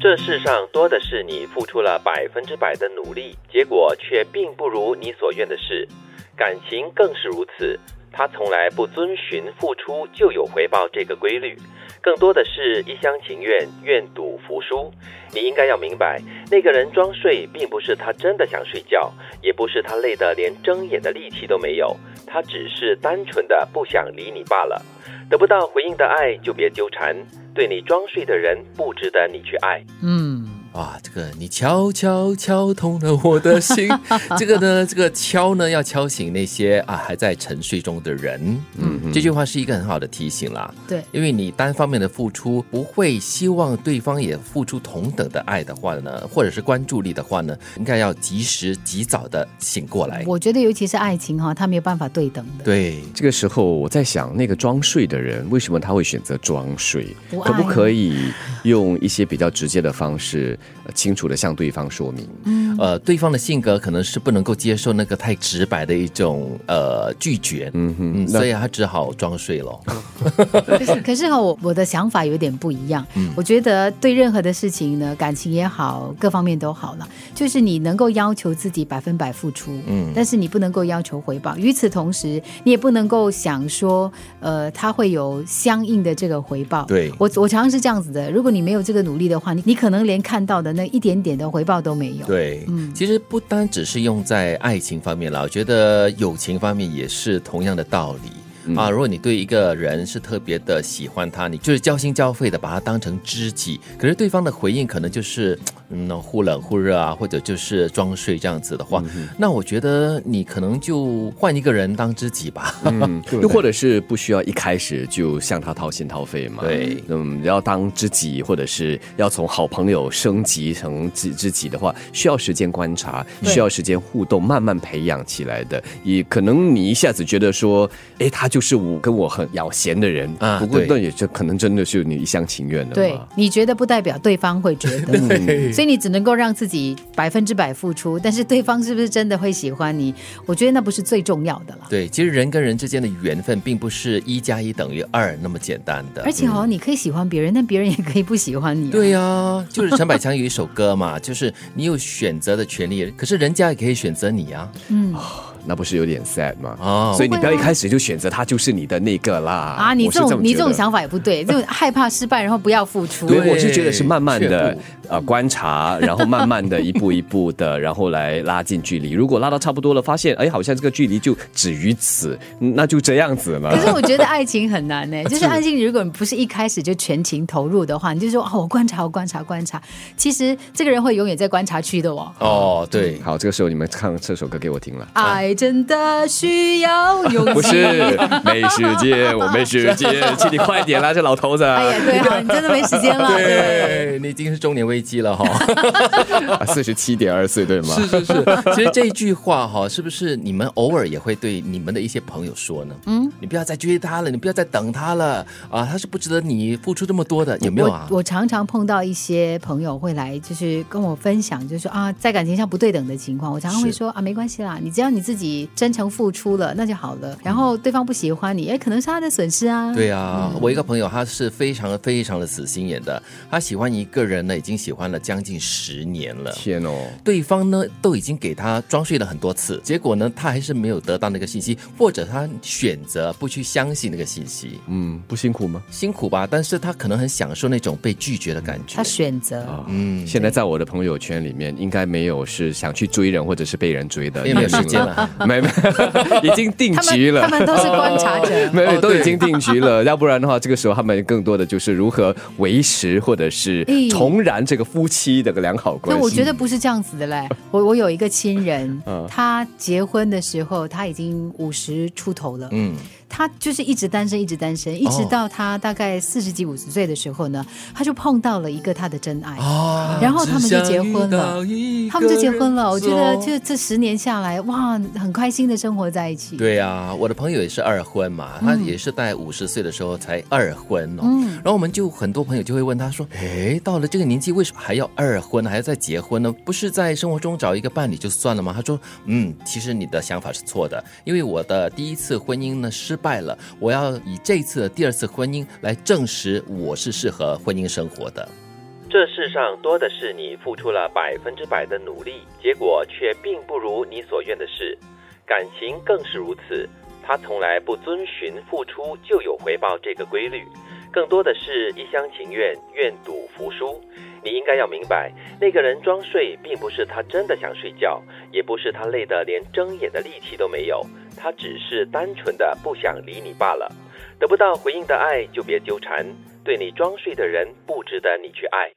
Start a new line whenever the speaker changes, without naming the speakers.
这世上多的是你付出了百分之百的努力，结果却并不如你所愿的事。感情更是如此，它从来不遵循付出就有回报这个规律，更多的是一厢情愿、愿赌服输。你应该要明白，那个人装睡，并不是他真的想睡觉，也不是他累得连睁眼的力气都没有，他只是单纯的不想理你罢了。得不到回应的爱，就别纠缠。对你装睡的人，不值得你去爱。
嗯，
啊，这个你敲敲敲痛了我的 心，这个呢，这个敲呢要敲醒那些啊还在沉睡中的人。嗯，这句话是一个很好的提醒啦，
对，
因为你单方面的付出，不会希望对方也付出同等的爱的话呢，或者是关注力的话呢，应该要及时及早的醒过来。
我觉得尤其是爱情哈，它没有办法哎对等的。
对，
这个时候我在想，那个装睡的人为什么他会选择装睡
不？爱
可不可以用一些比较直接的方式，呃清楚的向对方说明？
呃，对方的性格可能是不能够接受那个太直白的一种呃拒绝，嗯哼，所以他只好装睡了。
可 是可是哈，我我的想法有点不一样。我觉得对任何的事情呢，感情也好，各方面都好了，就是你能够要求自己百分百付出，嗯，但是你不能够要求回报。与此同时，你也不能够想说，呃，他会有相应的这个回报。
对
我我常常是这样子的。如果你没有这个努力的话，你你可能连看到的那一点点的回报都没有。
对，其实不单只是用在爱情方面啦，我觉得友情方面也是同样的道理。啊，如果你对一个人是特别的喜欢他，你就是交心交肺的把他当成知己，可是对方的回应可能就是嗯忽冷忽热啊，或者就是装睡这样子的话，那我觉得你可能就换一个人当知己吧。
嗯，又或者是不需要一开始就向他掏心掏肺嘛？
对
嗯，要当知己，或者是要从好朋友升级成知知己的话，需要时间观察，
对
需要时间互动，慢慢培养起来的。也可能你一下子觉得说，哎，他就是我跟我很咬弦的人
啊
不过
对
那也就可能真的是你一厢情愿的嘛。
对，你觉得不代表对方会觉得，所以你只能够让自己百分之百付出，但是对方是不是真的会喜欢你？我觉得那不是最重要的啦。
对，其实人跟人之间的缘分并不是一加一等于二那么简单的，
而且哦，你可以喜欢别人，但别人也可以不喜欢你、啊。
对呀、就是陈百强有一首歌嘛， 就是你有选择的权利，可是人家也可以选择你啊。
那不是有点 sad 吗？
哦
所以你不要一开始就选择他就是你的那个啦。
啊，你
我是
这种
么
你
觉
这种
得
想法也不对，就害怕失败，然后不要付出。
对，
对
我是觉得是慢慢
却
的
步
呃观察，然后慢慢的一步一步的，然后来拉近距离。如果拉到差不多了，发现哎，好像这个距离就止于此，嗯那就这样子了
可。是我觉得爱情很难呢、欸就是爱情，如果你不是一开始就全情投入的话，你就说哦，我观察，我观察，观察。其实这个人会永远在观察区的哦。
哦，对，
好，这个时候你们唱这首歌给我听了。
爱真的需要勇气。
不是没时间，我没时间，请你快点啦，这老头子。
哎呀，对哈、你真的没时间 了。
对你已经是中年危机了哈、
啊四十七点二岁对吗？
是是，其实这一句话哈、是不是你们偶尔也会对你们的一些朋友说呢？嗯，你不要再追他了，你不要再等他了啊，他是不值得你付出这么多的，有没有啊
我？我常常碰到一些朋友会来，就是跟我分享，就是说啊，在感情上不对等的情况，我常常会说啊，没关系啦，你只要你自己真诚付出了，那就好了。然后对方不喜欢你，哎，可能是他的损失啊。
对啊，我一个朋友他是非常非常的死心眼的，他喜欢一个人呢，已经喜欢了将近十年了。
天哦，
对方呢都已经给他装睡了很多次，结果呢他还是没有得到那个信息，或者他选择不去相信那个信息，
嗯，不辛苦吗？
辛苦吧？但是他可能很享受那种被拒绝的感觉
他。选
哦
择。
嗯，现在在我的朋友圈里面，应该没有是想去追人或者是被人追的，
因为没有时间了，
没没，已经定
他
局
们
了，
他。们都是观察者
没有，
哦
都已
对
经定 局了。要不然的话，这个时候他们更多的就是如何维持或者是
哎
重燃这个夫妻的个良好关
那
系。
我觉得不是这样子的 嘞。我我有一个亲人，
嗯
他结婚的时候他已经五十出头了，
嗯，
他就是一直单身，一直单身，
哦
一直到他大概四十几五十岁的时候呢，他就碰到了一个他的真爱，
哦
啊
然后他们就结婚了，他们就结婚了。我觉得就这十年下来，哇，很开心的生活在一起。
对啊，我的朋友也是二婚嘛，他也是在五十岁的时候才二婚哦。
嗯
然后我们就很多朋友就会问他说：“诶，到了这个年纪，为什么还要二婚，还要再结婚呢？不是在生活中找一个伴侣就算了吗？”他说：“嗯，其实你的想法是错的，因为我的第一次婚姻呢失败了，我要以这次的第二次婚姻来证实我是适合婚姻生活的。
这世上多的是你付出了百分之百的努力，结果却并不如你所愿的事，感情更是如此。他从来不遵循付出就有回报这个规律，更多的是一厢情愿、愿赌服输。你应该要明白，那个人装睡，并不是他真的想睡觉，也不是他累得连睁眼的力气都没有，他只是单纯的不想理你罢了。得不到回应的爱，就别纠缠。对你装睡的人，不值得你去爱。